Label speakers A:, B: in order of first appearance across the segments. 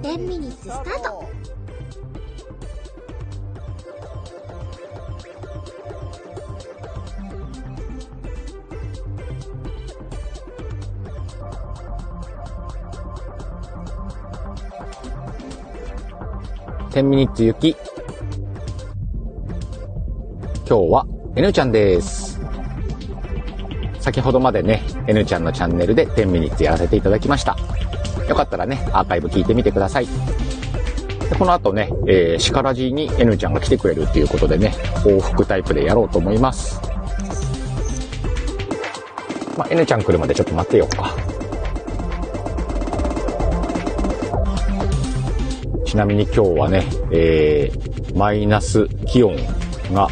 A: 10ミニッツスタート
B: 10ミニッツ雪。今日は N ちゃんです。先ほどまでね、N ちゃんのチャンネルで10ミニッツやらせていただきました。よかったらね、アーカイブ聞いてみてください。でこの後ね、えー、シカラジに N ちゃんが来てくれるっていうことでね、往復タイプでやろうと思います。まあ、N ちゃん来るまでちょっと待ってようか。ちなみに今日はね、えー、マイナス気温が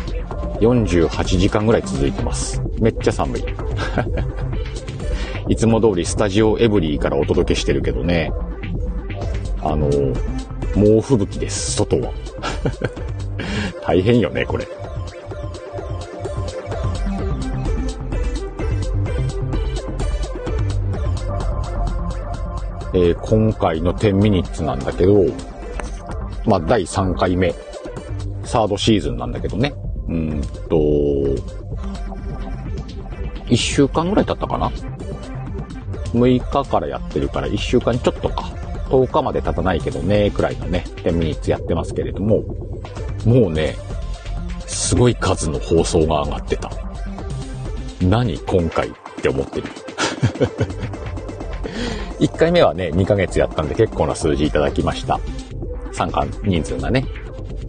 B: 48時間ぐらい続いてます。めっちゃ寒い。 いつも通りスタジオエブリーからお届けしてるけどね、あのー、猛吹雪です、外は。 大変よね、これ。えー今回の10ミニッツなんだけど、まあ、第3回目、サードシーズンなんだけどね。うーんと、1週間ぐらい経ったかな ?6 日からやってるから1週間ちょっとか。10日まで経たないけどね、くらいのね、10ミニッツやってますけれども、もうね、すごい数の放送が上がってた。何今回って思ってる。1回目はね、2ヶ月やったんで結構な数字いただきました。参加人数がね、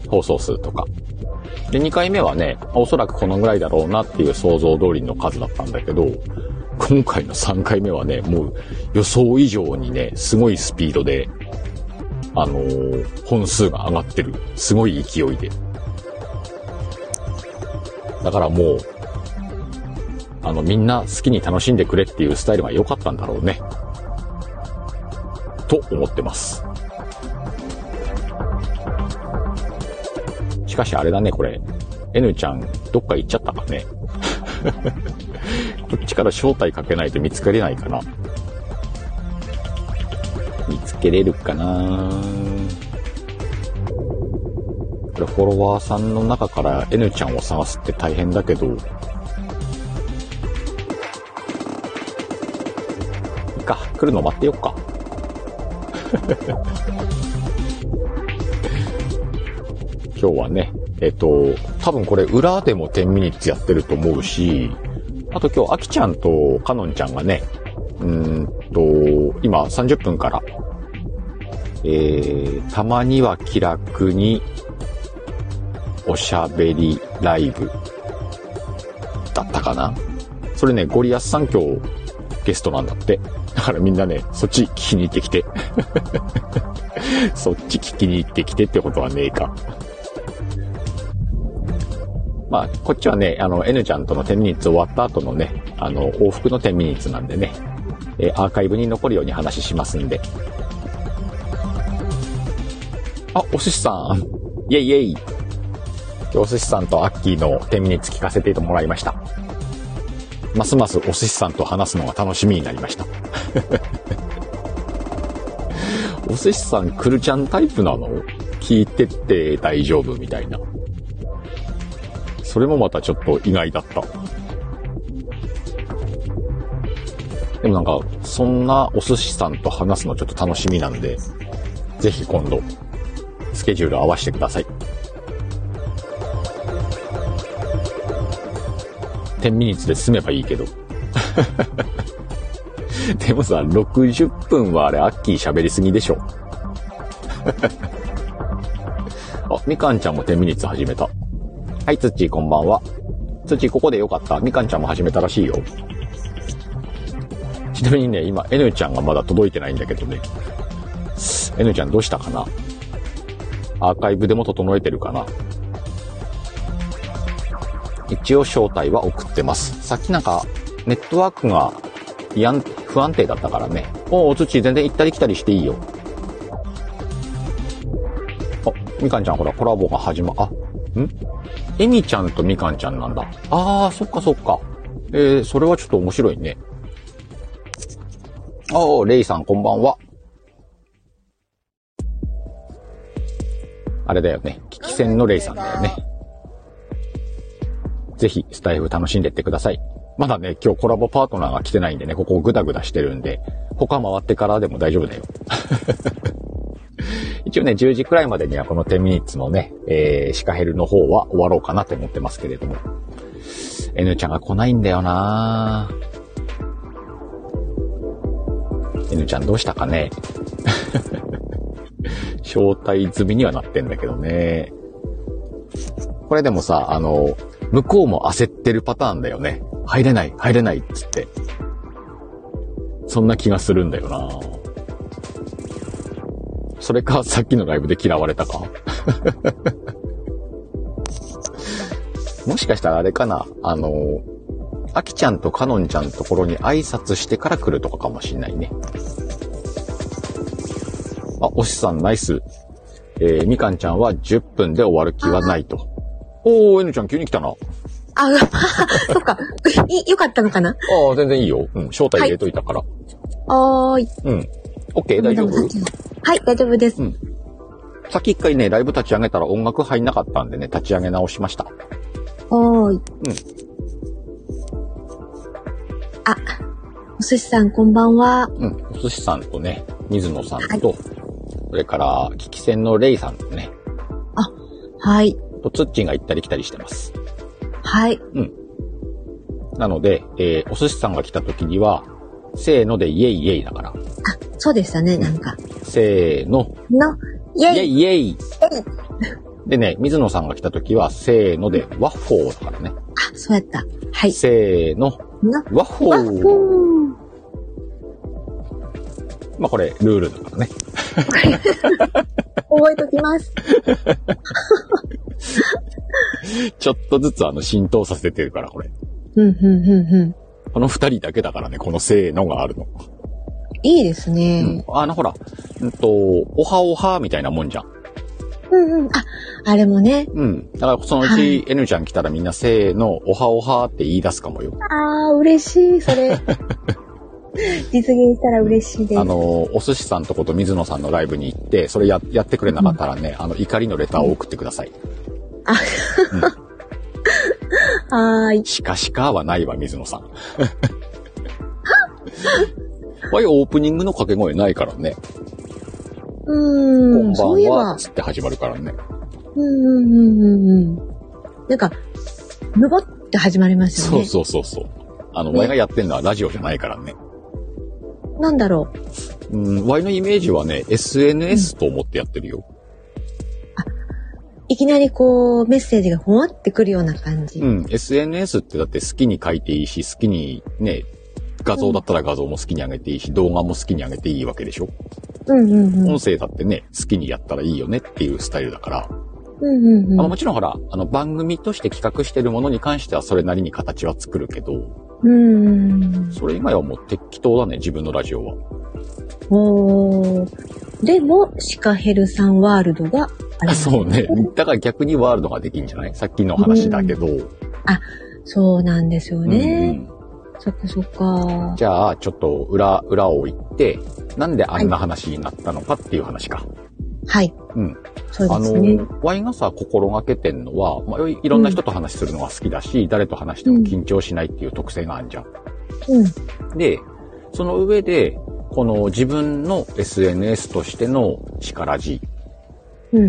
B: 放送数とか。で、2回目はね、おそらくこのぐらいだろうなっていう想像通りの数だったんだけど、今回の3回目はね、もう予想以上にね、すごいスピードで、あのー本数が上がってる。すごい勢いで。だからもう、あの、みんな好きに楽しんでくれっていうスタイルが良かったんだろうね。と思ってます。しかしあれだね、これ。N ちゃん、どっか行っちゃったかね。 こっちから招待かけないと見つけれないかな。見つけれるかなこれフォロワーさんの中から N ちゃんを探すって大変だけど。いいか、来るの待ってよっか。今日はね、えっと、多分これ裏でも10ミニッツやってると思うし、あと今日、アキちゃんとカノンちゃんがね、うーんと、今30分から、えー、たまには気楽に、おしゃべりライブ、だったかな。それね、ゴリアスさん今日、ゲストなんだって。だからみんなね、そっち聞きに行ってきて。 そっち聞きに行ってきてってことはねえか。まあ、こっちはね、あの、N ちゃんとの10ミニッツ終わった後のね、あの、往復の10ミニッツなんでね、えーアーカイブに残るように話しますんで。あ、お寿司さん。イェイイェイ。今日お寿司さんとアッキーの10ミニッツ聞かせてもらいました。ますますお寿司さんと話すのが楽しみになりました。 お寿司さん、クルちゃんタイプなの聞いてって大丈夫みたいな。それもまたちょっと意外だった。でもなんか、そんなお寿司さんと話すのちょっと楽しみなんで、ぜひ今度、スケジュール合わせてください。10ミニッツで済めばいいけど。 でもさ、60分はあれ、アッキー喋りすぎでしょ。 あ、みかんちゃんも10ミニッツ始めた。はい、つっちーこんばんは。つっちーここでよかった。みかんちゃんも始めたらしいよ。ちなみにね、今、N ちゃんがまだ届いてないんだけどね。N ちゃんどうしたかなアーカイブでも整えてるかな一応招待は送ってます。さっきなんか、ネットワークがいやん不安定だったからね。おうおつっちー全然行ったり来たりしていいよ。あ、みかんちゃんほら、コラボが始ま、あ、んえみちゃんとみかんちゃんなんだ。あー、そっかそっか。えー、それはちょっと面白いね。おー、レイさんこんばんは。あれだよね。危機戦のレイさんだよね。ぜひ、スタイフ楽しんでってください。まだね、今日コラボパートナーが来てないんでね、ここグダグダしてるんで、他回ってからでも大丈夫だよ。一応ね、10時くらいまでにはこの10ミニッツのね、えー、シカヘルの方は終わろうかなって思ってますけれども。N ちゃんが来ないんだよなぁ N ちゃんどうしたかね 招待済みにはなってんだけどね。これでもさ、あの、向こうも焦ってるパターンだよね。入れない、入れないっつって。そんな気がするんだよなそれか、さっきのライブで嫌われたか。もしかしたらあれかな、あの、アキちゃんとカノンちゃんのところに挨拶してから来るとかかもしんないね。あ、おしさんナイス。えー、みかんちゃんは10分で終わる気はないと。おー、N ちゃん急に来たな。あ
A: あ、そっか。い、よかったのかな
B: あ、全然いいよ。うん、招待入れといたから。
A: おーい。
B: うん。オッケー、大丈夫
A: はい、大丈夫です。
B: さっき一回ね、ライブ立ち上げたら音楽入んなかったんでね、立ち上げ直しました。
A: おーい。あ、お寿司さんこんばんは。
B: うん、お寿司さんとね、水野さんと、それから、危機戦のレイさんとね、
A: はい。
B: とツッチンが行ったり来たりしてます。
A: はい。
B: なので、えー、お寿司さんが来た時には、せーのでイエイイエイだから、
A: そうでしたね、なんか。
B: せーの、
A: の、イ
B: イ
A: ェ
B: エ
A: イ
B: イイエイでね、水野さんが来た時は、せーのでワッフォーだからね、
A: あ、そうやった。はい。
B: せーの、
A: の、
B: ワッフ
A: わ
B: ォー
A: ほー。
B: まあこれ、ルールだからね。
A: 覚えときます。
B: ちょっとずつあの、浸透させてるから、これ。
A: うん、うん、うん、うん。
B: この二人だけだからね、このせーのがあるの。
A: いいです
B: うん
A: ね。、
B: あのほら、うんと、おはおはみたいなもんじゃん。
A: うん、うん。あ、あれもね。
B: うん。だからそのう
A: は
B: ち
A: い
B: N ちゃん来たらみんなせーの、おはおはって言い出すかもよ。
A: あー、嬉しい、そ れ。実現したら嬉しいです。
B: あの、お寿司さんとこと水野さんのライブに行って、それややってくれなかったらね、あの、怒りのレターを送ってください。
A: はーい。
B: しかしかはないわ、水野さん。 わい、オープニングの掛け声ないからね。
A: うーん、
B: こ
A: そ
B: ん
A: ういえ
B: ばんは、
A: ば。
B: つって始まるからね。
A: うんうんうんうんうん。なんか、のぼって始まりますよ
B: そう
A: ね。
B: そうそうそう。あの、
A: ね
B: わいがやってんのはラジオじゃないからね。
A: なんだろう。
B: うん、わいのイメージはね、SNS と思ってやってるよ。
A: いきなりこう、メッセージがほわってくるような感じ。
B: うん、SNS ってだって好きに書いていいし、好きにね、画像だったら画像も好きに上げていいし、動画も好きに上げていいわけでしょ、
A: うんうんうん
B: 音。声だってね、好きにやったらいいよねっていうスタイルだから。
A: うんうん
B: あ
A: う
B: の
A: ん
B: もちろんほら、あの番組として企画してるものに関してはそれなりに形は作るけど、
A: うんうん。
B: それ以外はもう適当だね、自分のラジオは。
A: おー。でも、シカヘルさんワールドがありま
B: あ
A: す
B: そうね。だから逆にワールドができんじゃないさっきの話だけど。
A: そうなんですよ
B: うん
A: ね。
B: うん
A: そっかそっか。
B: じゃあ、ちょっと裏、裏を言って、なんであんな話になったのかっていう話か。
A: はい。
B: うん。
A: そう
B: あ
A: です
B: の
A: ね。、
B: ワインがさ、心がけてんのは、まあ、いいろんな人と話するのが好きだし、誰と話しても緊張しないっていう特性があるじゃん。
A: うん。
B: で、その上で、この自分の SNS としての力地
A: うん。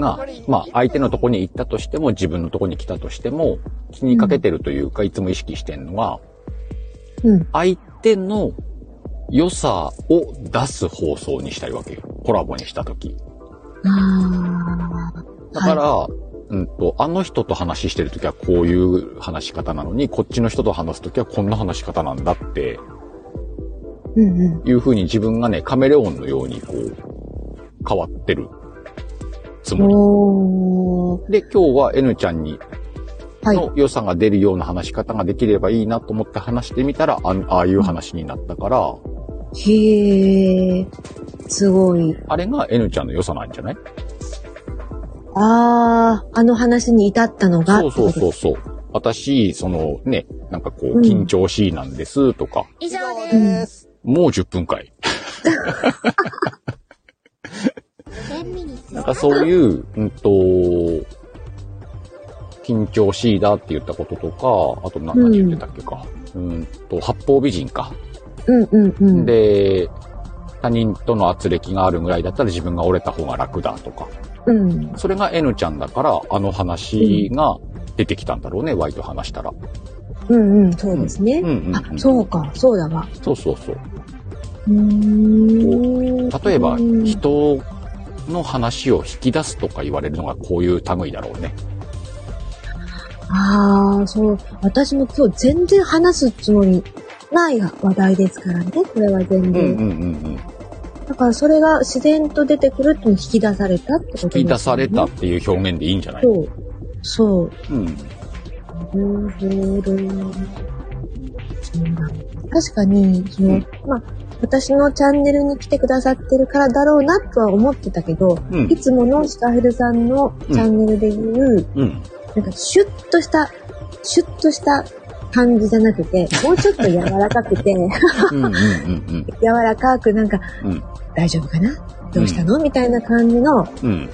B: が、まあ、相手のとこに行ったとしても、自分のとこに来たとしても、気にかけてるというか、いつも意識してんのは、
A: うん。
B: 相手の良さを出す放送にしたいわけよ。コラボにしたとき。
A: あー。
B: だから、うんと、あの人と話してるときはこういう話し方なのに、こっちの人と話すときはこんな話し方なんだって
A: うんうん。
B: いう風に自分がね、カメレオンのようにこう、変わってるつも
A: おー。
B: り。で、今日は N ちゃんに
A: はい。
B: の良さが出るような話し方ができればいいなと思って話してみたら、あんああいう話になったから、
A: へえ、すごい。
B: あれが N ちゃんの良さなんじゃない
A: ああ、あの話に至ったのが。
B: そうそうそうそう。私、そのね、なんかこう、
A: うん
B: 緊張しいなんですとか、
C: 以上で。
A: です
B: もう10分かい。
C: 10ミニッツ
B: なんかそういう、うんと、緊張しいだって言ったこととか、あとな
A: うん
B: 何言ってたっけか。うん、と、八方美人か。
A: うんうんうん。
B: で、他人との圧力があるぐらいだったら自分が折れた方が楽だとか。
A: うん。
B: それが N ちゃんだから、あの話が出てきたんだろうね、Y と話したら。
A: うんうん、そうですね。
B: うんうん、
A: あ、
B: うん。
A: そうか、そうだわ。
B: そうそうそう。
A: うーん。
B: 例えば
A: うん、
B: 人の話を引き出すとか言われるのがこういう類だろうね。
A: ああ、そう。私も今日全然話すつもりない話題ですからね、これは全
B: うん
A: 然。
B: うんうんうん。
A: だからそれが自然と出てくるっていうのを引き出されたってこと
B: 引き出されたっていう表現でいいんじゃない
A: そう。そう。
B: うん。
A: なるほど。そうなんだ確かに、その、
B: うん
A: まあ、私のチャンネルに来てくださってるからだろうなとは思ってたけど、
B: う
A: い
B: ん。
A: つものシカヘルさんのチャンネルで言う、
B: うん。
A: なんかシュッとした、シュッとした感じじゃなくて、もうちょっと柔らかくて、
B: うんうんうん
A: 柔らかくなんか、
B: うん
A: 大丈夫かなどうしたの、みたいな感じの
B: うん。うん。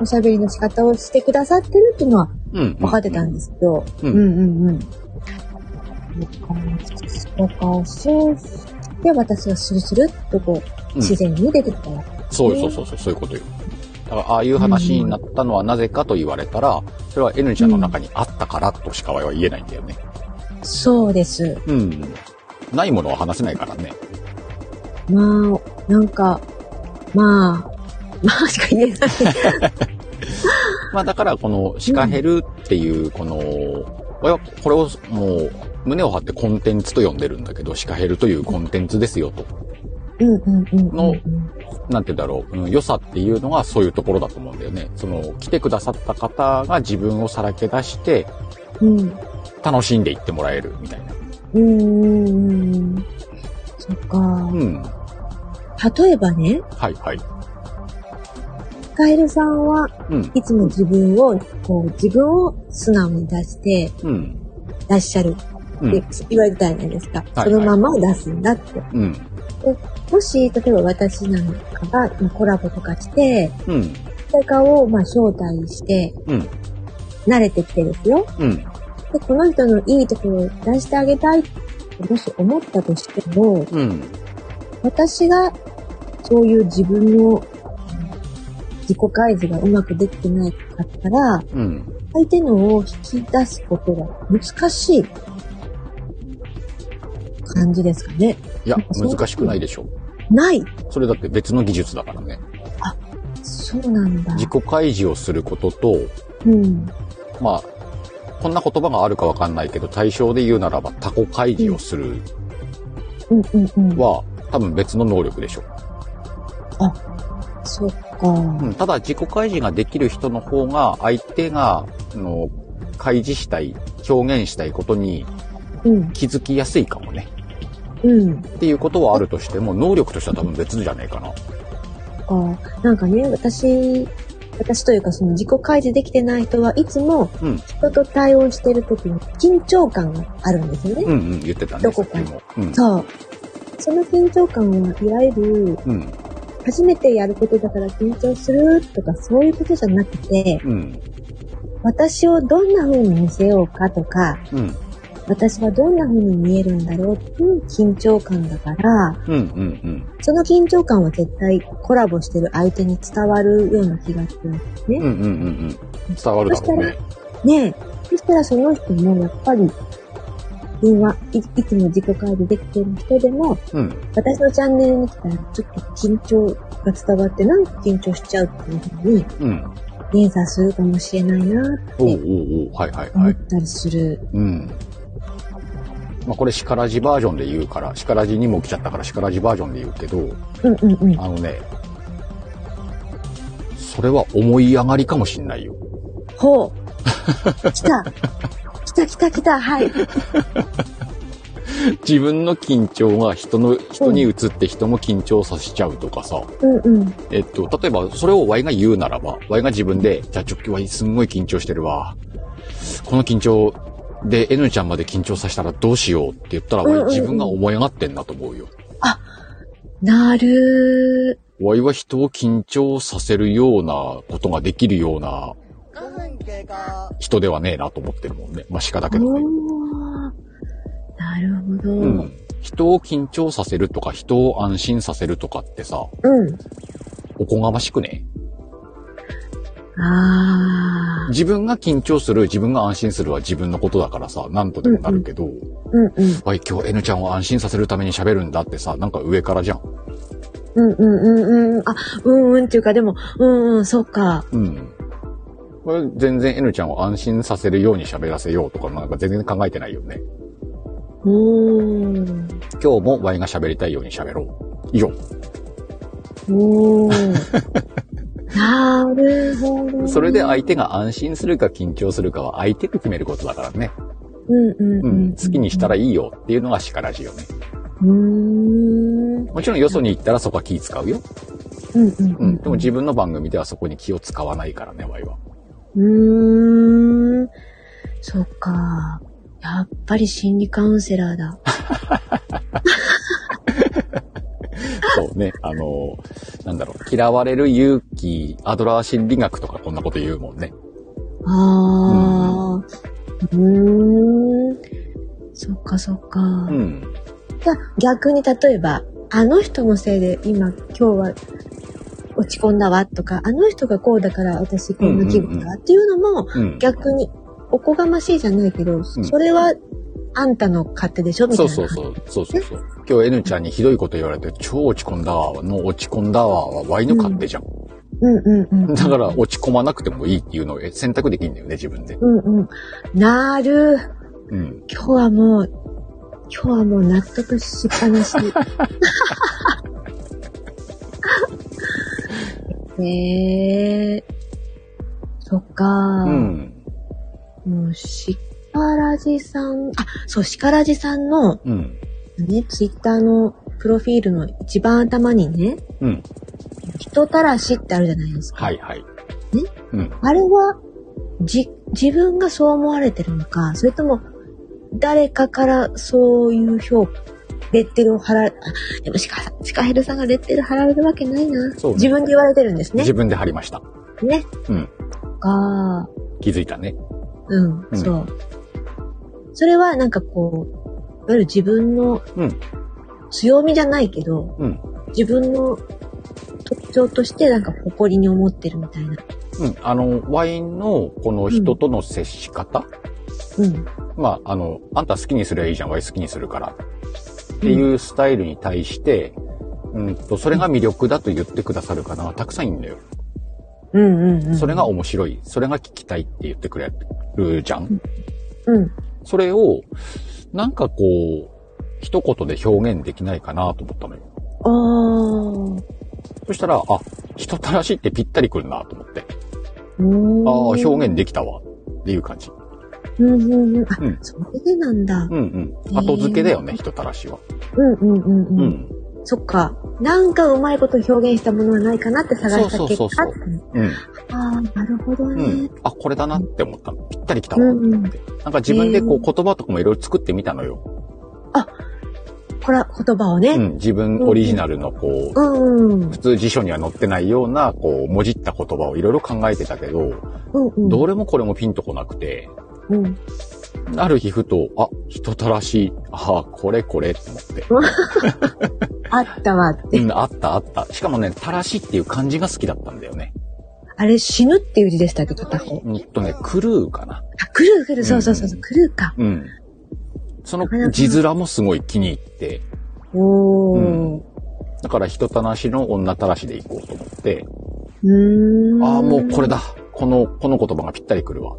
A: おしゃべりの仕方をしてくださってるっていうのは
B: うん。
A: 分かってたんですけど、
B: う
A: うんんうんうん。だから、そうで私はスルスルっとこう、
B: うん
A: 自然に出てきたら、
B: そうそうそうそう、そういうことよ。だから、ああいう話になったのはなぜかと言われたら、それは N ちゃんの中にあったからとしかは言えないんだよね。
A: そうです。
B: うん。ないものは話せないからね。
A: まあ、なんか、まあ、まあしか言えない。
B: まあだからこのシカヘルっていうこの、俺はこれをもう胸を張ってコンテンツと呼んでるんだけど、シカヘルというコンテンツですよと。
A: うんうんうんうん。
B: のなんて言うんだろう、うん良さっていうのはそういうところだと思うんだよね。その来てくださった方が自分をさらけ出して
A: うん。
B: 楽しんでいってもらえるみたいな。
A: うーん。そっか
B: う。ん。は
A: 例えばね、
B: いはい。
A: カエルさんは
B: うん。
A: いつも自分を、こう、自分を素直に出して
B: うん。
A: らっしゃるって
B: うん。
A: 言われたじゃないですか。
B: はい
A: そのままを出すんだって。
B: うん。
A: もし、例えば私なんかがまあコラボとかして、
B: うん。
A: 誰かをまあ招待して、
B: うん
A: 慣れてきてですよ。
B: うん。
A: で、この人のいいところを出してあげたいってもし思ったとしても、
B: うん。
A: 私がそういう自分のうん自己開示がうまくできてないかったら、
B: うん。
A: 相手のを引き出すことが難しい感じですかね。
B: いや、難しくないでしょ。
A: ない
B: それだって別の技術だからね。
A: そうなんだ。
B: 自己開示をすることと、
A: うん。
B: まあ、こんな言葉があるかわかんないけど、対象で言うならば、他己開示をする
A: うんうんうん。
B: は、多分別の能力でしょう。
A: そっか。
B: うん、ただ、自己開示ができる人の方が、相手が、あの、開示したい、表現したいことに
A: うん。
B: 気づきやすいかもね。
A: うん。
B: っていうことはあるとしても、能力としては多分別じゃねえかな。
A: か。なんかね、私、私というかその自己開示できてない人はいつも
B: うん
A: 人と対応してるときに緊張感があるんですよね。
B: うんうん、言ってたね。
A: どこか
B: さっきも。うん。
A: そう。その緊張感はいわゆる、
B: うん。
A: 初めてやることだから緊張するとかそういうことじゃなくて、
B: うん。
A: 私をどんな風に見せようかとか、
B: うん。
A: 私はどんな風に見えるんだろうっていう緊張感だから、
B: うん。うん。うん。
A: その緊張感は絶対コラボしてる相手に伝わるような気がする。
B: うん。うん。うん。うん。伝わるだろうね。
A: ねえ。そしたらその人もやっぱり、電話、いいつも自己開示できてる人でも、
B: うん。
A: 私のチャンネルに来たらちょっと緊張が伝わってなんか緊張しちゃうっていうふうに
B: うん。
A: 連鎖するかもしれないなって
B: おうおうおう。はいはい
A: 思
B: は
A: っ
B: い。
A: たりする。
B: うん。まあ、これ、シカラジバージョンで言うから、シカラジにも来ちゃったから、シカラジバージョンで言うけど、
A: うんうんうん。
B: あのね、それは思い上がりかもしんないよ。
A: ほう。来た。来た来た来た。はい。
B: 自分の緊張が人の、人に移って人も緊張させちゃうとかさ、
A: うんうん。
B: えっと、例えば、それを Y が言うならば、Y が自分で、じゃあ、直球 Y すんごい緊張してるわ。この緊張で N ちゃんまで緊張させたらどうしようって言ったら、
A: うんうん
B: Y
A: うん
B: 自分が思い上がってんなと思うよ。
A: なる
B: わいは人を緊張させるようなことができるような
C: 5分経過。
B: 人ではねえなと思ってるもんね。まあ、鹿だ
A: お
B: けどね。
A: ーなるほど。
B: う
A: うんん。。
B: 人を緊張させるとか、人を安心させるとかってさ、おこがましくね。
A: ああ。
B: 自分が緊張する、自分が安心するは自分のことだからさ、なんとでもなるけど、
A: うんうん。
B: わい、今日 N ちゃんを安心させるために喋るんだってさ、なんか上からじゃん。
A: うんうんうんうん。あ、うんうんっていうか、でも、うんうん、そっか。
B: うん。これ全然 N ちゃんを安心させるように喋らせようとか、なんか全然考えてないよね。
A: おー。
B: 今日もワイが喋りたいように喋ろう。以上。
A: おー。なるほど。
B: それで相手が安心するか緊張するかは相手が決めることだからね。
A: うんうん
B: う
A: うん
B: ん。。好きにしたらいいよっていうのが叱らしいよね。
A: うーん。
B: もちろんよそに行ったらそこは気使うよ。
A: うんうん
B: う。
A: うんん。
B: でも自分の番組ではそこに気を使わないからね、ワイは。
A: うーん。そっか。やっぱり心理カウンセラーだ。
B: そうね。あの、なんだろう。嫌われる勇気、アドラー心理学とかこんなこと言うもんね。
A: あー。うーん。そっかそっか。
B: うん。
A: じゃあ逆に例えば、あの人のせいで今今日は落ち込んだわとか、あの人がこうだから私こんな気分だわっていうのも
B: うん。
A: 逆におこがましいじゃないけど、それはあんたの勝手でしょみた
B: そ
A: いうな。
B: そうそう。そうそうそう。今日 N ちゃんにひどいこと言われて、超落ち込んだわ、の落ち込んだわは Y の勝手じゃん。
A: うんうんうん。
B: だから落ち込まなくてもいいっていうのを選択できるんだよね、自分で。
A: うんうん。なる。
B: うん。
A: 今日はもう、今日はもう納得しっぱな し。 ねえ。そっか。
B: うん。
A: もう、しからじさん、あ、そう、しからじさんの、
B: うん。
A: ね、ツイッターのプロフィールの一番頭にね、
B: うん。
A: 人たらしってあるじゃないですか。
B: はいはい。
A: ね
B: うん。
A: あれは、じ、自分がそう思われてるのか、それとも、誰かからそういう評価、レッテルを貼られ、あ、でもシカさん、シカヘルさんがレッテル貼られるわけないな。
B: そうね
A: 自分で言われてるんですね
B: 自。分で貼りました。
A: ね。
B: うん。
A: か、
B: 気づいたね。
A: うん、
B: うん
A: そう。それはなんかこう、いわゆる自分の
B: うん
A: 強みじゃないけど、
B: うん
A: 自分の特徴としてなんか誇りに思ってるみたいな。
B: うん。あの、ワインのこの人との接し方、
A: うん。
B: まあ、あの、あんた好きにすればいいじゃん、ワイ好きにするから。っていうスタイルに対して、うんと、それが魅力だと言ってくださる方がたくさんいるんだよ。
A: うんうんうん。
B: それが面白い。それが聞きたいって言ってくれるじゃん。
A: うん。
B: それを、なんかこう、一言で表現できないかなと思ったのよ。
A: あー。
B: そしたら、あ、人たらしってぴったりくるなと思って。ああ、
A: あ
B: 表現できたわ。っていう感じ。
A: うんうんうん。あ、
B: うん
A: それでなんだ。
B: うんうん。後付けだよね、人たらしは。
A: うんうんうん
B: う
A: うん。
B: ん。
A: そっか。なんかうまいこと表現したものはないかなって探した
B: そう
A: 結
B: そ
A: 果
B: うそううん。
A: ああ、なるほど
B: う
A: ね
B: ん。。あ、これだなって思ったの。ぴったりきたわ。って思ってなんか自分でこう言葉とかもいろいろ作ってみたのよ。
A: これは言葉を
B: う
A: ね。
B: ん。自分オリジナルのこう、
A: うんうん。
B: 普通辞書には載ってないような、こう、もじった言葉をいろいろ考えてたけど、
A: うんうん。
B: どれもこれもピンとこなくて、
A: うん
B: ある日ふと、あ、人たらしい。ああ、これこれって思って。
A: あったわって。
B: うん、あったあった。しかもね、たらしっていう漢字が好きだったんだよね。
A: あれ、死ぬっていう字でしたっけ、片方。
B: うんとね、クルーかな。
A: あ、来る来る、そうそうそうそうう、来るか。
B: うん。その字面もすごい気に入って、
A: お
B: うん
A: ー。
B: だから人たらしの女たらしでいこうと思って、
A: うーん。
B: ああ、もうこれ。だ。この、この言葉がぴったりくるわ。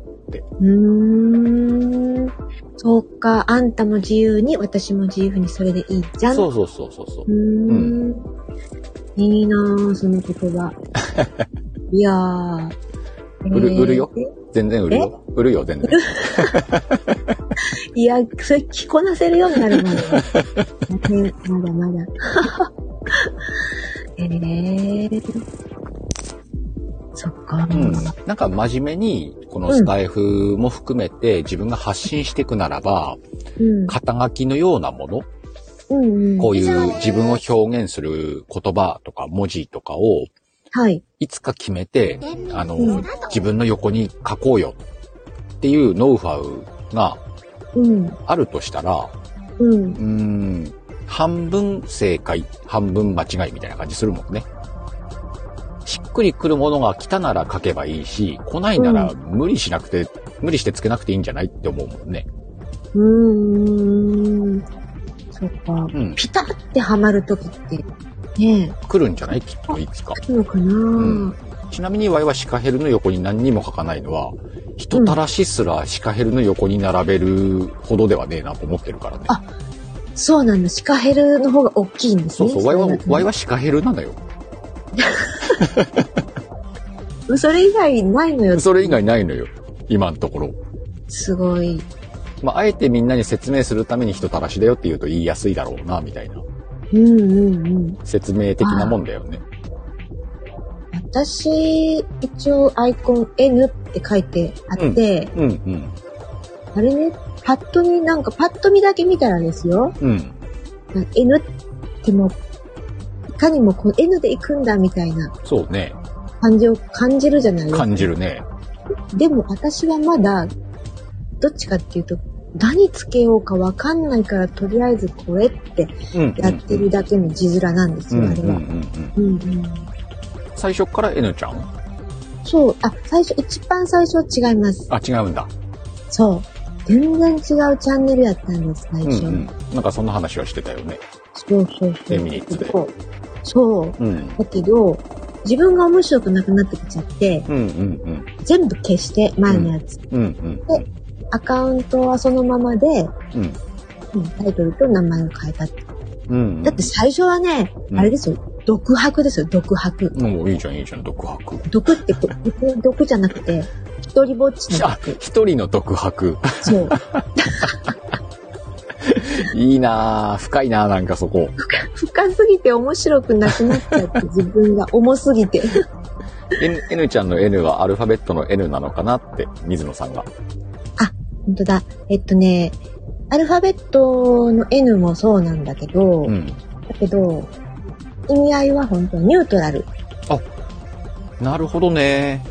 A: うーん。そうか、あんたも自由に、私も自由に、それでいいじゃん。。
B: そううそうそうそうそ
A: う。ー
B: う
A: ん。いいなぁ、その言 葉。いやー。
B: 売る
A: えー
B: 売るよ。全然売るよ。売るよ、全然。
A: いや、それ着こなせるようになるまでは。 ねまだまだ。えー。そっか。
B: うん。なんか真面目に、このスタイフも含めて自分が発信していくならば、
A: うん。
B: 肩書きのようなもの
A: うんうん。
B: こういう自分を表現する言葉とか文字とかを
A: はい。
B: いつか決めて、あ
A: う
B: の
A: ん、
B: 自分の横に書こうよっていうノウハウが
A: うん。
B: あるとしたら、
A: うん
B: う。ーん、半分正解、半分間違いみたいな感じするもんね。しっくりくるものが来たなら書けばいいし、来ないなら無理しなくて、無理してつけなくていいんじゃないって思うもんね。
A: うーん。そっか。
B: うん。
A: ピタってはまるときって、ね
B: 来るんじゃないきっといつか。
A: え、いいのかな、
B: んちなみにワイはシカヘルの横に何にも書かないのは、人たらしすらシカヘルの横に並べるほどではねえなと思ってるからね。
A: あそうなんだ。シカヘルの方が大きいんです
B: そう
A: ね。
B: そう、ワイは
A: れだ、と
B: ワイはシカヘルなのよ。
A: それ以外ないのよ。
B: それ以外ないのよ。今のところ。
A: すごい。
B: まあ、あえてみんなに説明するために人たらしだよって言うと言いやすいだろうな、みたいな。
A: うんうんうん。
B: 説明的なもんだよね。
A: 私、一応アイコン N って書いてあって、
B: うんうん。
A: あれね、パッと見、なんかパッと見だけ見たらですよ。
B: うん。
A: なんか N ってもう、いかにもこう N で行くんだみたいな
B: そうね。
A: 感じを感じるじゃないですか。
B: 感じるね。
A: でも私はまだ、どっちかっていうと、何つけようかわかんないから、とりあえずこれって
B: うんうんうん。
A: やってるだけの字面なんです
B: うん
A: よ、
B: うん
A: あれ
B: うんう
A: は。
B: ん。
A: うんうん、
B: 最初っから N ちゃん
A: そう、あ、最初、一番最初は違います。
B: あ、違うんだ。
A: そう。全然違うチャンネルやったんです、最
B: うんう
A: 初。
B: ん。なんかそんな話はしてたよね。
A: そうそうそう。
B: でミニッツで
A: そう。そう。
B: うん。
A: だけど、自分が面白くなくなってきちゃって、
B: うんうんうん。
A: 全部消して、前のやつ。
B: うんうん
A: アカウントはそのままで、
B: うん。うん
A: うんタイトルと名前を変えたって
B: うん。
A: だって最初はね、
B: うん
A: あれですよ、独白ですよ、独白。
B: もういいじゃんいいじゃん、独白。
A: 毒ってこ、毒毒じゃなくて、一人ぼっちの
B: あ、一人の独白。
A: そう。
B: いいなぁ。深いなぁ、なんかそこ。
A: 深すぎて面白くなくなっちゃって、自分が重すぎて。
B: N, N ちゃんの N はアルファベットの N なのかなって、水野さんが。
A: 本当だ。えっとね、アルファベットの N もそうなんだけど、
B: うん。
A: だけど、意味合いは本当ニュートラル。
B: なるほどね。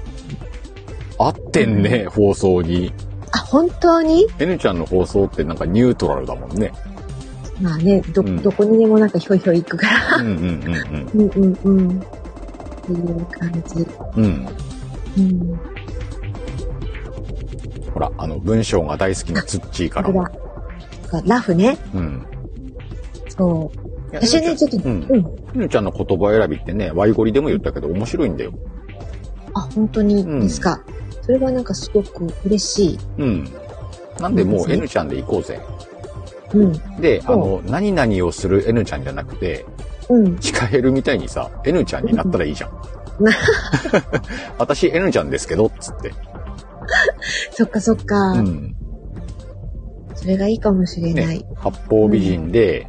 B: 合ってんね、放送に。
A: あ、本当に
B: N ちゃんの放送ってなんかニュートラルだもんね。
A: まあね、ど、
B: うん
A: どこにでもなんかひょいひょい行くから。
B: うんうんうん
A: うんうんうん。っていう感じ。
B: うん。うん。
A: うん。
B: ほら、あの、文章が大好きなツッチーから
A: これ
B: も
A: は。ラフね。
B: うん。
A: そう。
B: いや
A: 私ね、ちょっと、
B: う
A: うんん。
B: N ちゃんの言葉選びってね、ワイゴリでも言ったけど面白いんだよ。
A: あ、本当にですか。それはなんかすごく嬉しい。
B: うん。なんでも
A: そう
B: う
A: ですね
B: N ちゃんで行こうぜ。
A: うん。
B: で、あ
A: そ
B: の、何々をする N ちゃんじゃなくて、
A: うん。
B: シカヘルみたいにさ、N ちゃんになったらいいじゃん。 私 N ちゃんですけど、つって。
A: そっかそっか。
B: うん。
A: それがいいかもしれない。
B: ね、八方美人で、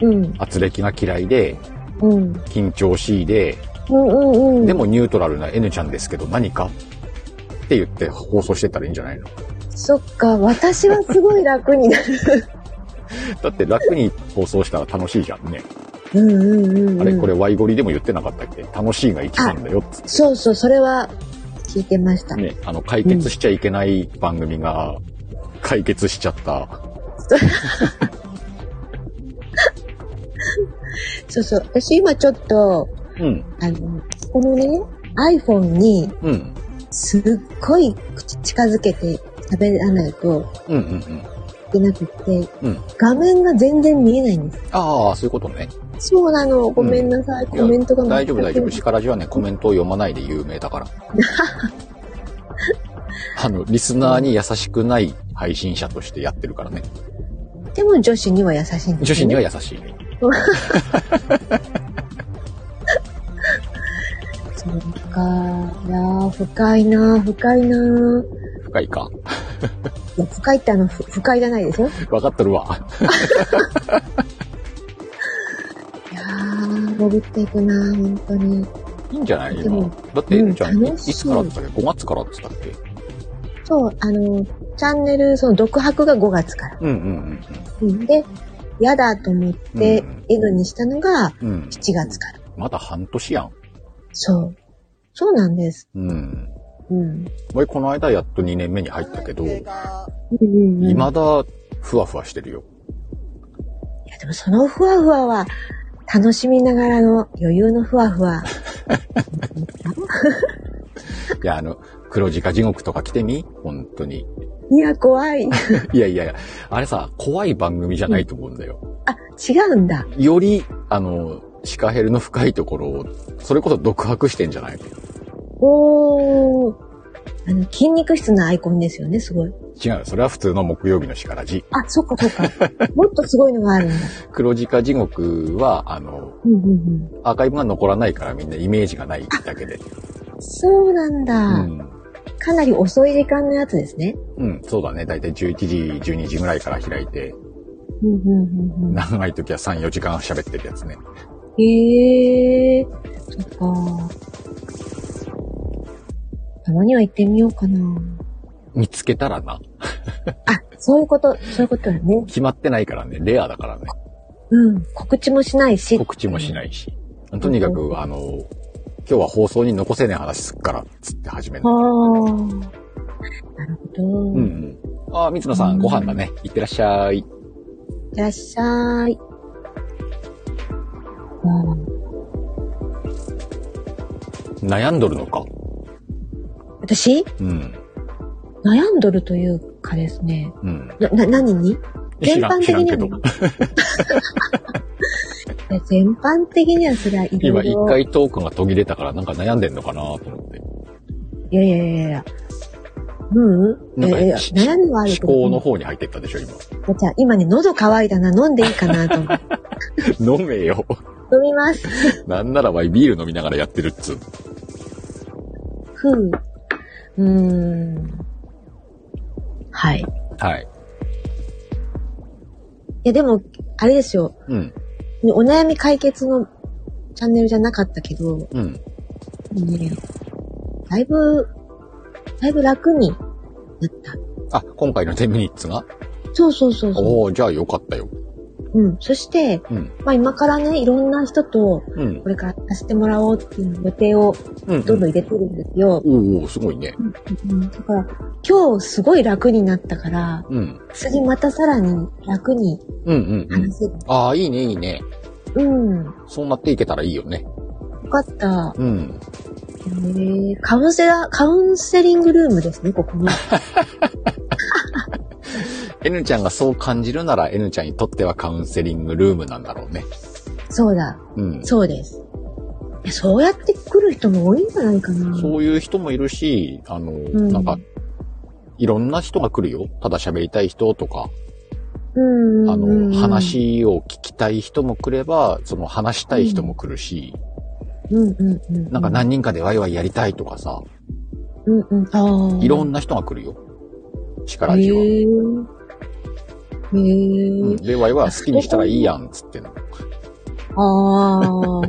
A: うん。
B: 圧力が嫌いで、
A: うん。
B: 緊張しいで、
A: うんうんうん。
B: で、もニュートラルな N ちゃんですけど何かって言って放送してったらいいんじゃないの
A: そっか。私はすごい楽になる。
B: だって楽に放送したら楽しいじゃんね。
A: うんうんうん、うん。
B: あれこれ。ワイゴリでも言ってなかったっけ楽しいが一番だよっつっ
A: そうそう、それは聞いてました。
B: てね。あの、解決しちゃいけない番組が解決しちゃった。
A: そうそう。私今ちょっと、
B: うん、
A: あの、このね、iPhone に
B: うん、
A: すっごい口近づけて喋らないと
B: うん、うん、うん。
A: いけなくって、
B: うん
A: 画面が全然見えないんです。
B: ああ、そういうことね。
A: そうなの。ごめんなさい。
B: いや
A: コメントが
B: 大丈夫大丈夫。
A: 全
B: シカラジはね、コメントを読まないで有名 だから。あの、リスナーに優しくない配信者としてやってるからね。
A: くでも女子には優しいんです、ね。
B: 女子には優しいね。
A: そうか。いやー、深いなー深いなー
B: 深いか。
A: いや、深いってあの、ふ不快じゃないですよ。
B: わかっとるわ。
A: いやー、潜っていくなー本当に。
B: いいんじゃない
A: で
B: 今
A: も。
B: だって、エルちゃん、
A: うん
B: いい
A: 楽しい
B: つからって言ったっけ ?5 月からって言ったっけ
A: そう、あの、チャンネル、その、独白が5月から。
B: うんうん
A: うんで、嫌だと思って
B: うん、
A: エグにしたのが、
B: うん。
A: 7月から。
B: まだ半年やん。
A: そう。そうなんです。
B: うん。
A: うん。
B: 俺、この間やっと2年目に入ったけど、
C: 未
B: 未
C: だ
A: うんうんうん、
B: だふわふわしてるよ。
A: いやでもそのふわふわは、楽しみながらの余裕のふわふ わ。
B: いや、あの、黒字化地獄とか来てみ本当に。
A: いや、怖い。
B: いやいやいや、あれさ、怖い番組じゃないと思うんだよ。
A: あ、違うんだ。
B: より、あの、シカヘルの深いところを、それこそ独白してんじゃない
A: おー。あの、筋肉質なアイコンですよね、すごい。
B: 違う、それは普通の木曜日のシカラジ。
A: あ、そっかそっ か。もっとすごいのがあるんだ。
B: 黒字化地獄は、あの、
A: うんうんうん。
B: アーカイブが残らないからみんなイメージがないだけで。
A: そうなんだ。
B: うん。
A: かなり遅い時間のやつですね。
B: うん、そうだね。だいたい11時、12時ぐらいから開いて、
A: うんうんうんうん。
B: 長い時は3、4時間喋ってるやつね。
A: へえー、そっか。たまには行ってみようかな。
B: 見つけたらな。
A: あ、そういうこと、そういうことだね。
B: 決まってないからね。レアだからね。
A: うん。告知もしないし。
B: 告知もしないし。とにかく、あの、今日は放送に残せない話すっから、つって始める
A: あ。あ。なるほど。
B: うんうん。ああ、水野さん、ご飯だね。いってらっしゃい。
A: いらっしゃい。うん
B: 悩んどるのか。
A: 私、
B: うん。
A: 悩んどるというかですね。
B: うん。
A: な、な、何に全
B: 知ら
A: 般
B: ん、
A: 的
B: 知らん
A: に
B: け
A: は
B: ど
A: ね。いや全般的にはそれはいろ
B: 今、
A: い
B: 一
A: ろ。
B: 回トークが途切れたから、なんか悩んでんのかなと思って。
A: いやいやいやいや。うん
B: ないんか
A: やいや、悩みはあるけど。
B: 思考の方に入ってったでしょ、
A: じゃあ今ね、喉乾いたな、飲んでいいかなと思って。
B: 今。 飲めよ。
A: 飲みます。
B: なんならワイビール飲みながらやってるっつう。
A: ふう。うーん。はい。い
B: はい。
A: や、でも、あれですよ。
B: うん。
A: お悩み解決のチャンネルじゃなかったけど、
B: うん。
A: ね、だいぶ、だいぶ楽になった。
B: あ、今回の10ミニッツが
A: そうそうそうそ
B: おおじゃあよかったよ。
A: う。うん。そして、
B: うん。
A: まあ今からね、いろんな人と、
B: うん。
A: これからさせてもらおうっていう予定を
B: うん。
A: どんどん入れてるんですよ。
B: おおすごいね。
A: うん、だから、今日すごい楽になったから、
B: うん。
A: 次またさらに楽に
B: うんうんうん。
A: 話せる。
B: ああ、いいね、いいね。
A: うん。よ
B: そうなっていけたらいいよね。
A: かった。
B: うん。
A: えー、カウンセラー、カウンセリングルームですね、ここも。
B: N ちゃんがそう感じるなら N ちゃんにとってはカウンセリングルームなんだろうね。
A: そうだ。
B: うん。
A: そうです。いやそうやって来る人も多いんじゃないかな。
B: そういう人もいるし、あの、
A: ん
B: なんか、いろんな人が来るよ。ただ喋りたい人とか、
A: うんうん。
B: あ
A: うん
B: の、。話を聞きたい人も来れば、その話したい人も来るし、
A: うんうんうん。
B: なんか何人かでワイワイやりたいとかさ、
A: うんうん。ああ。
B: いろ
A: なん
B: な人が来るよ。力地は。
A: へえー。へえー。
B: うんで、ワイワイ好きにしたらいいやん、つってんの。
A: ああ。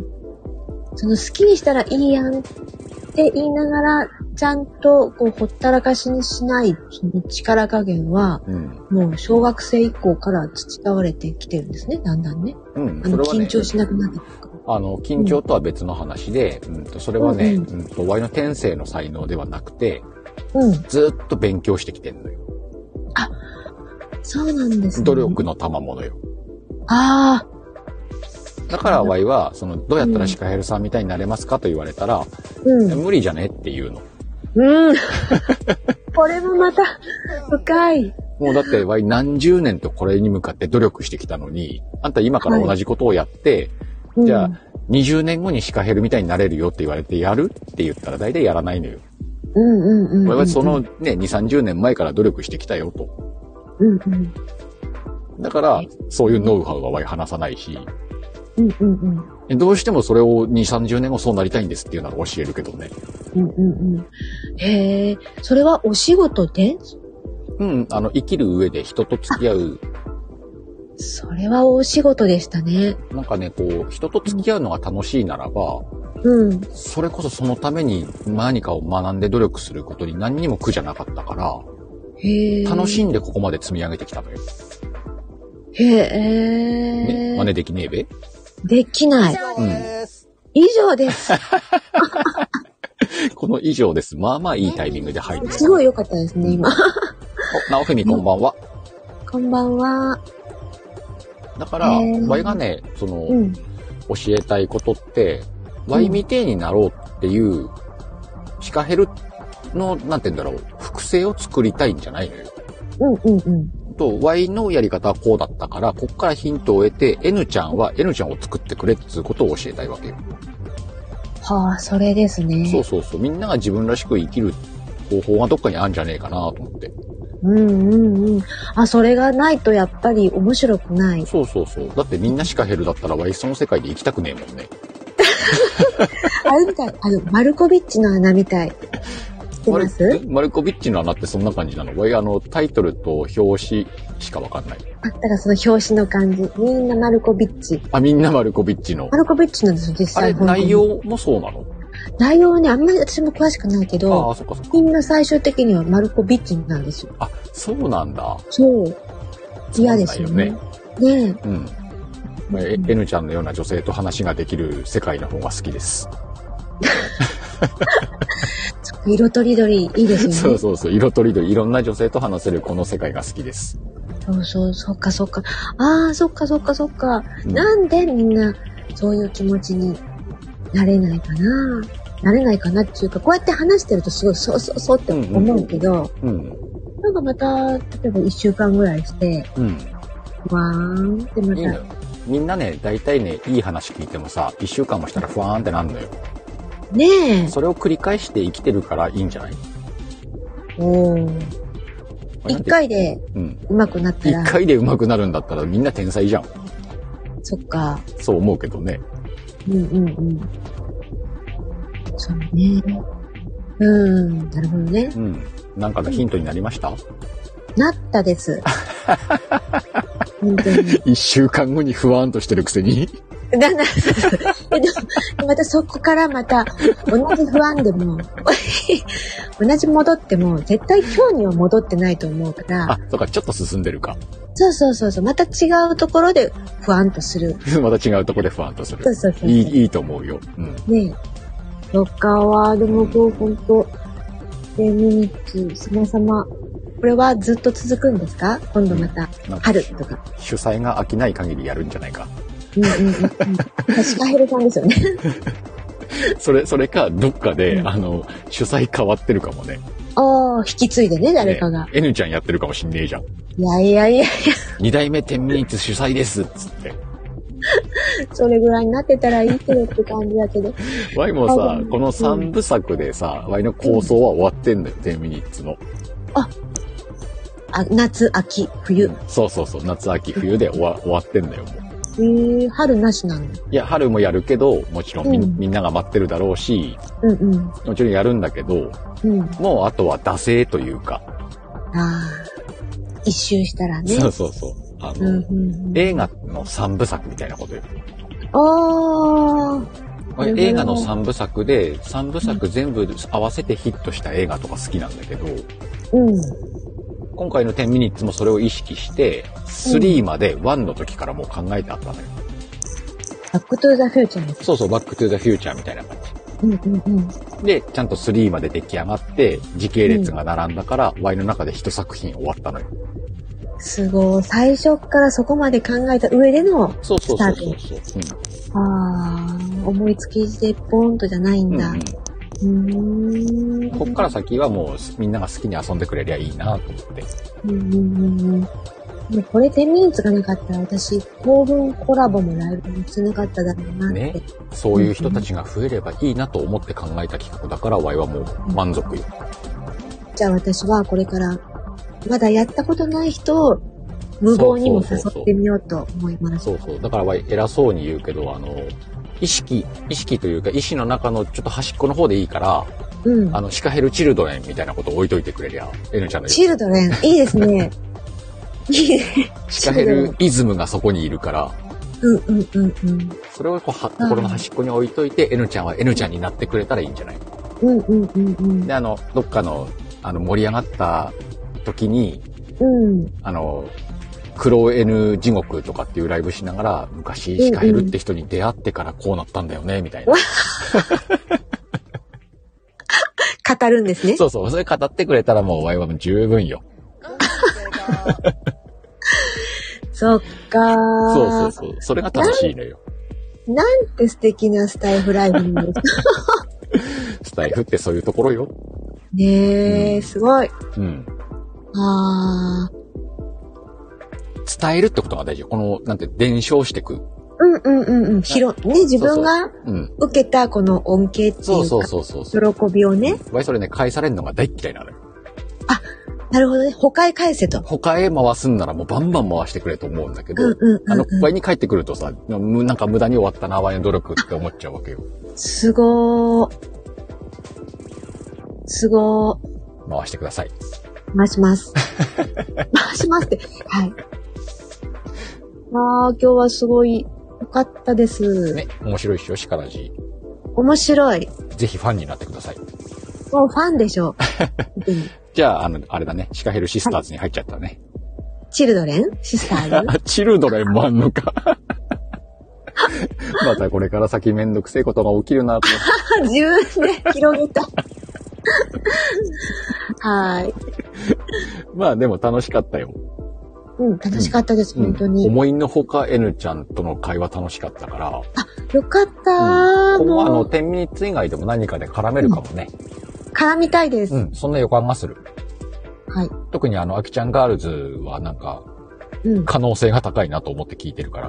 A: その好きにしたらいいやんって言いながら、ちゃんとこうほったらかしにしないその力加減は、
B: うん。
A: もう小学生以降から培われてきてるんですね、だんだんね。
B: うん、
A: あ
B: そ
A: の、
B: れはね。
A: 緊張しなくなってくるから。
B: あの、緊張とは別の話で、うんとそれはね、
A: う
B: うんんと、ワイの天性の才能ではなくて、
A: うん。
B: ずっと勉強してきてんのよ。
A: そうなんですね。
B: 努力の賜物よ。
A: ああ。
B: だからワイは、その、どうやったらシカヘルさんみたいになれますかと言われたら、
A: うん。
B: 無理じゃねっていうの。
A: うん。 これもまた深い。
B: もうだってワイ何十年とこれに向かって努力してきたのに、あんた今から同じことをやって、
A: うん
B: じゃあ、20年後にシカヘルみたいになれるよって言われてやるって言ったら大体やらないのよ。
A: うんうんうんうん。
B: ワイはそのね、2、30年前から努力してきたよと。
A: うんうん。
B: だから、そういうノウハウはワイ話さないし、
A: うんうんうん。
B: どうしてもそれを2、30年後そうなりたいんですっていうなら教えるけどね。
A: うんうんうん。へえ、それはお仕事で
B: うん、あの、生きる上で人と付き 合う、
A: それはお仕事でしたね。
B: なんかね、こう、人と付き合うのが楽しいならば、
A: うん。
B: それこそそのために何かを学んで努力することに何にも苦じゃなかったから、
A: へえ。
B: 楽しんでここまで積み上げてきたのよ。
A: い。へえ、
B: ね真似できねえべ
A: できな
C: 以
A: い。
C: 上です。
A: 以上 です。
B: この以上です。まあまあいいタイミングで入りました。
A: すごい良かったですね、今。
B: おなおふみこんばんは。
A: こんばんは。
B: だから、
A: へー
B: ワイがね、その、
A: うん。
B: 教えたいことって、ワイみてえになろうっていう、シカヘルの、なんて言うんだろう、複製を作りたいんじゃないのよ。
A: うんうんうん。
B: と、Y のやり方はこうだったから、こっからヒントを得て、N ちゃんは N ちゃんを作ってくれっつうことを教えたいわけよ。
A: はあ、それですね。
B: そうそうそう。みんなが自分らしく生きる方法がどっかにあるんじゃねえかなと思って。
A: うんうんうん。あ、それがないとやっぱり面白くない。
B: そうそうそう。だってみんなシカヘルだったら Y その世界で生きたくねえもんね。
A: あれみたい。あの、マルコビッチの穴みたい。知って
B: マ
A: ま
B: ル
A: す
B: えマルコビッチの穴ってそんな感じなの ?Y あの、タイトルと表紙しかわかんない。
A: あったらその表紙の感じ。みんなマルコビッチ。
B: あ、みんなマルコビッチの
A: マ。ルコビッチなんですよ、実
B: あれ、
A: 際。本当に
B: 内容もそうなの
A: 内容はね、あんまり私も詳しくないけ
B: あ
A: ど、
B: あ、そっかそっか。
A: みんな最終的にはマルコビッチなんですよ。
B: あ、そうなんだ。
A: そう。嫌ですよ
B: そうなん
A: ね
B: だ。
A: ねえ。
B: うん。まあえ N ちゃんのような女性と話ができる世界の方が好きです。
A: 色とりどりいいですよね。
B: そ
A: そうう
B: そうそう。色とりどり、いろんな女性と話せるこの世界が好きです。
A: そうそう、そっかそっか。ああ、そっかそっかそっか。
B: うん
A: なんでみんなそういう気持ちになれないかななれないかなっていうか、こうやって話してるとすごいそうそうそうって思うけど、
B: うん。
A: なんかまた、例えば一週間ぐらいして、
B: うん。
A: わーんってま
B: いいの
A: た、
B: よ。みんなね、大体ね、いい話聞いてもさ、一週間もしたらふわーんってなるのよ。
A: ねえ、
B: それを繰り返して生きてるからいいんじゃない
A: おー一。回で
B: うん。
A: 上手くなった
B: 一
A: ら、
B: 回で上手くなるんだったらみんな天才じゃん。
A: そっか、
B: そう思うけどね。
A: うんうんうん。そうね。うん、なるほどね。
B: うん。なんかのヒントになりました、
A: なったです。本当に。
B: 一週間後に不安としてるくせに。
A: だな、えでもまたそこからまた、同じ不安でも、 同じ戻っても、絶対今日には戻ってないと思うか
B: あ
A: ら、、
B: そうか、ちょっと進んでるか。
A: そうそうそうそう、また違うところで不安とする。
B: また違うとこで不安とする
A: そ。うそうそう。
B: いい、いいと思うよ。うん。
A: ねえ。ロッカーは、でも今日ほんと、で、ミニッツ、様様。これはずっと続くんですか今度また、
B: なんか
A: 春とか。
B: 主催が飽きない限りやるんじゃないか。
A: うんうんうんうん。確かヘルさんですよね。
B: それ、それか、どっかで、
A: うん
B: あの、主催変わってるかもね。
A: ああ、引き継いでね、誰かが。
B: ね N ちゃんやってるかもしんねえじゃん。
A: いやいやいや、
B: 二代目天ミニッツ主催ですっつって。
A: それぐらいになってたらいいけどって感じだけど。
B: ワイも
A: あ
B: さ
A: で、も
B: この三部作でさ、ワイの構想は終わってんだよ、天ミニッツの。
A: あ夏、秋、冬。
B: そうそうそう、夏、秋、冬で終わ終わってんだよ、もう。
A: えー、春なしなんだ。
B: いや、春もやるけど、もちろんみ,、
A: うん
B: みんなが待ってるだろうし、
A: うんうん。
B: もちろんやるんだけど、
A: うん。
B: もうあとは惰性というか、
A: ああ。一周したらね。
B: そうそうそう。あ
A: う
B: の、
A: んうんうん。
B: 映画の三部作みたいなことよ。
A: ああ。なるほど
B: 映画の三部作で、三部作全部合わせてヒットした映画とか好きなんだけど、
A: うん。
B: 今回の10ミニッツもそれを意識して、3まで1の時からもう考えてあったのよ。
A: バックトゥーザフューチャーです。
B: そうそう、バックトゥーザフューチャーみたいな感
A: うんうんうん。
B: じ。で、ちゃんと3まで出来上がって、時系列が並んだから、Y の中で一作品終わったのよ。
A: すごい。最初からそこまで考えた上での、
B: そうそうそうそうそう。
A: ああ、思いつきでポンとじゃないん
B: うん。う
A: だ。
B: ん
A: うん。ーん
B: こっから先はもうみんなが好きに遊んでくれりゃいいなと思って。
A: うんうんうんうん。でもこれでミーツがなかったら私、当分コラボもライブもしなかっただろうなって。
B: ねそういう人たちが増えればいいなと思って考えた企画だから、ワイはもう満足よ。
A: じゃあ私はこれから、まだやったことない人を無謀にも
B: そ
A: 誘
B: うそうそうそう
A: ってみようと思います。
B: そうそう。だからワイ偉そうに言うけど、あの、意識、意識というか、意志の中のちょっと端っこの方でいいから、
A: うん
B: あ。の、シカヘルチルドレンみたいなこと置いといてくれりゃ、エヌちゃんの言う
A: チルドレン、いいです ね。いいね。
B: シカヘルイズムがそこにいるから、
A: うんうんうんうん。
B: それをこうは、心の端っこに置いといて、エヌちゃんはエヌちゃんになってくれたらいいんじゃない
A: うんうんうん
B: で、あの、どっかの、あの、盛り上がった時に、
A: うん。うん。
B: あの、黒 N 地獄とかっていうライブしながら、昔シカヘルって人に出会ってからこうなったんだよね、みたいな。
A: 語るんですね。
B: そうそう、それ語ってくれたらもうお前はもう十分よ。
A: そっかー
B: そうそうそう。それが楽しいのよ。
A: なんて素敵なスタイフライブなんですか
B: スタイフってそういうところよ。
A: ねえ、すごい。
B: うん。
A: あー。
B: 伝えるってことが大事よ。この、なんて、伝承してく。
A: うんうんうんうん。広、ね、自分が
B: うん。
A: 受けたこの恩恵っていうか、
B: そうそうそうそうそう。
A: 喜びをね。
B: わいそれね、返されるのが大っ嫌いなのよ。
A: なるほどね。他へ返せと。
B: 他へ回すんならもうバンバン回してくれと思うんだけど、
A: うんうん
B: あ
A: うん
B: の、
A: うん
B: 場合に帰ってくるとさ、むなんか無駄に終わったな、わいの努力って思っちゃうわけよ。
A: すごー。すごー。
B: 回してください。
A: 回し ます。回しますって。はい。ああ、今日はすごい良かったです。
B: ね、面白いっしょ、しからじ。
A: 面白い。
B: ぜひファンになってください。
A: もうファンでし ょう。
B: じゃあ、あの、あれだね、シカヘルシスターズに入っちゃったね。
A: チルドレンシスターズ
B: あチルドレンもあんのか。 またこれから先めんどくせえことが起きるなと思って。
A: 自分で広げた。はい。
B: まあでも楽しかったよ。
A: うん、楽しかったです、本当に。
B: 思いのほか N ちゃんとの会話楽しかったから、
A: よかったー、
B: 今後あ
A: も
B: の、
A: う、
B: 10ミニッツ以外でも何かで絡めるかもね。
A: 絡みたいです。
B: うん、そんな予感がする。
A: はい。
B: 特にあの、アキちゃんガールズはなんか、
A: うん。
B: 可能性が高いなと思って聞いてるから。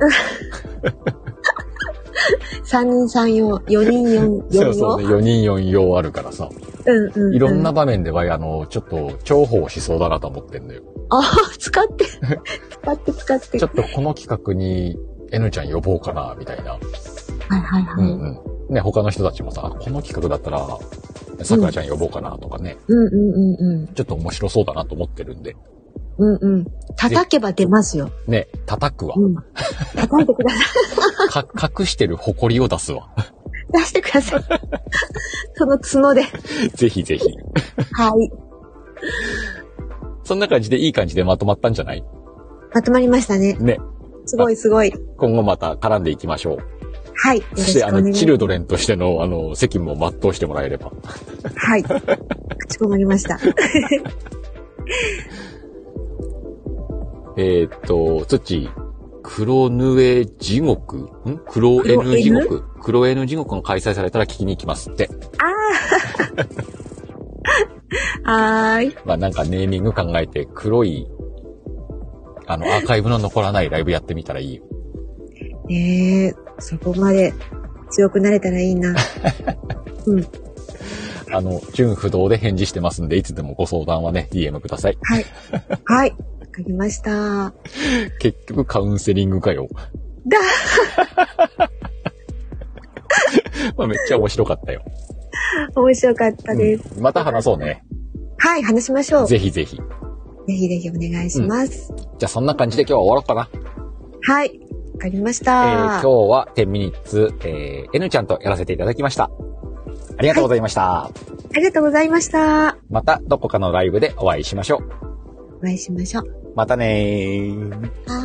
A: 三人三用、四人四、
B: そ
A: 四
B: うそう、
A: 用。
B: ね、4人4用あるからさ。
A: うんうん、うん。
B: いろんな。場面では、あの、ちょっと重宝しそうだなと思ってんだよ。
A: ああ、使って。使って使って。
B: ちょ
A: は
B: っとこの企画に N ちゃん呼ぼうかな、みたいな。
A: いはいは
B: う
A: い。
B: んうん。ね、他の人たちもさ、この企画だったら、さくらちゃん呼ぼうかなとかね、
A: うんうんうんうん。
B: ちょっと面白そうだなと思ってるんで。
A: うんうん。叩けば出ますよ。
B: ね、叩くわ。
A: うん。叩いてください。
B: か、隠してる誇りを出 すわ。
A: 出してくだ さい。その角で。
B: ぜひぜひ。
A: はい。
B: そんな感じでいい感じでまとまったんじゃない
A: まとまりましたね。
B: ね。
A: すごいすごい。
B: 今後また絡んでいきましょう。
A: はい。よろ
B: そし、
A: してくお
B: あ
A: 願い
B: の、チ
A: し
B: ル
A: ま
B: ドレンとしての、あの、責務を全うしてもらえれば。
A: す。はい。かしこまりました。
B: えーっと、土、黒ヌエ地獄ん黒 N 地獄黒 N 地獄が開催されたら聞きに行きますって。
A: はーい。
B: まあなんかネーミング考えて、黒い、あの、アーカイブの残らないライブやってみたらいいよ。
A: ねえ、そこまで強くなれたらいいな。うん。
B: あの、純不動で返事してますんで、いつでもご相談はね、DM ください。
A: はい。はい。わかりました。
B: 結局カウンセリングかよ。
A: だ
B: まあめっちゃ面白かったよ。
A: 面白かったです。
B: うんまた話そうね。
A: はい、話しましょう。ぜ
B: ぜひぜひ。じ
A: ひぜひお願いします。
B: ゃあそんな感じで今日は終わろうかな。
A: はい。わかりまし
B: えー
A: た。
B: 今日は10ミニッツ、えー、N ちゃんとやらせていただきました。ありがとうございました。
A: ありがとうございました。
B: またどこかのライブでお会いしましょ
A: お会いしましょう。
B: う。またねー。
A: は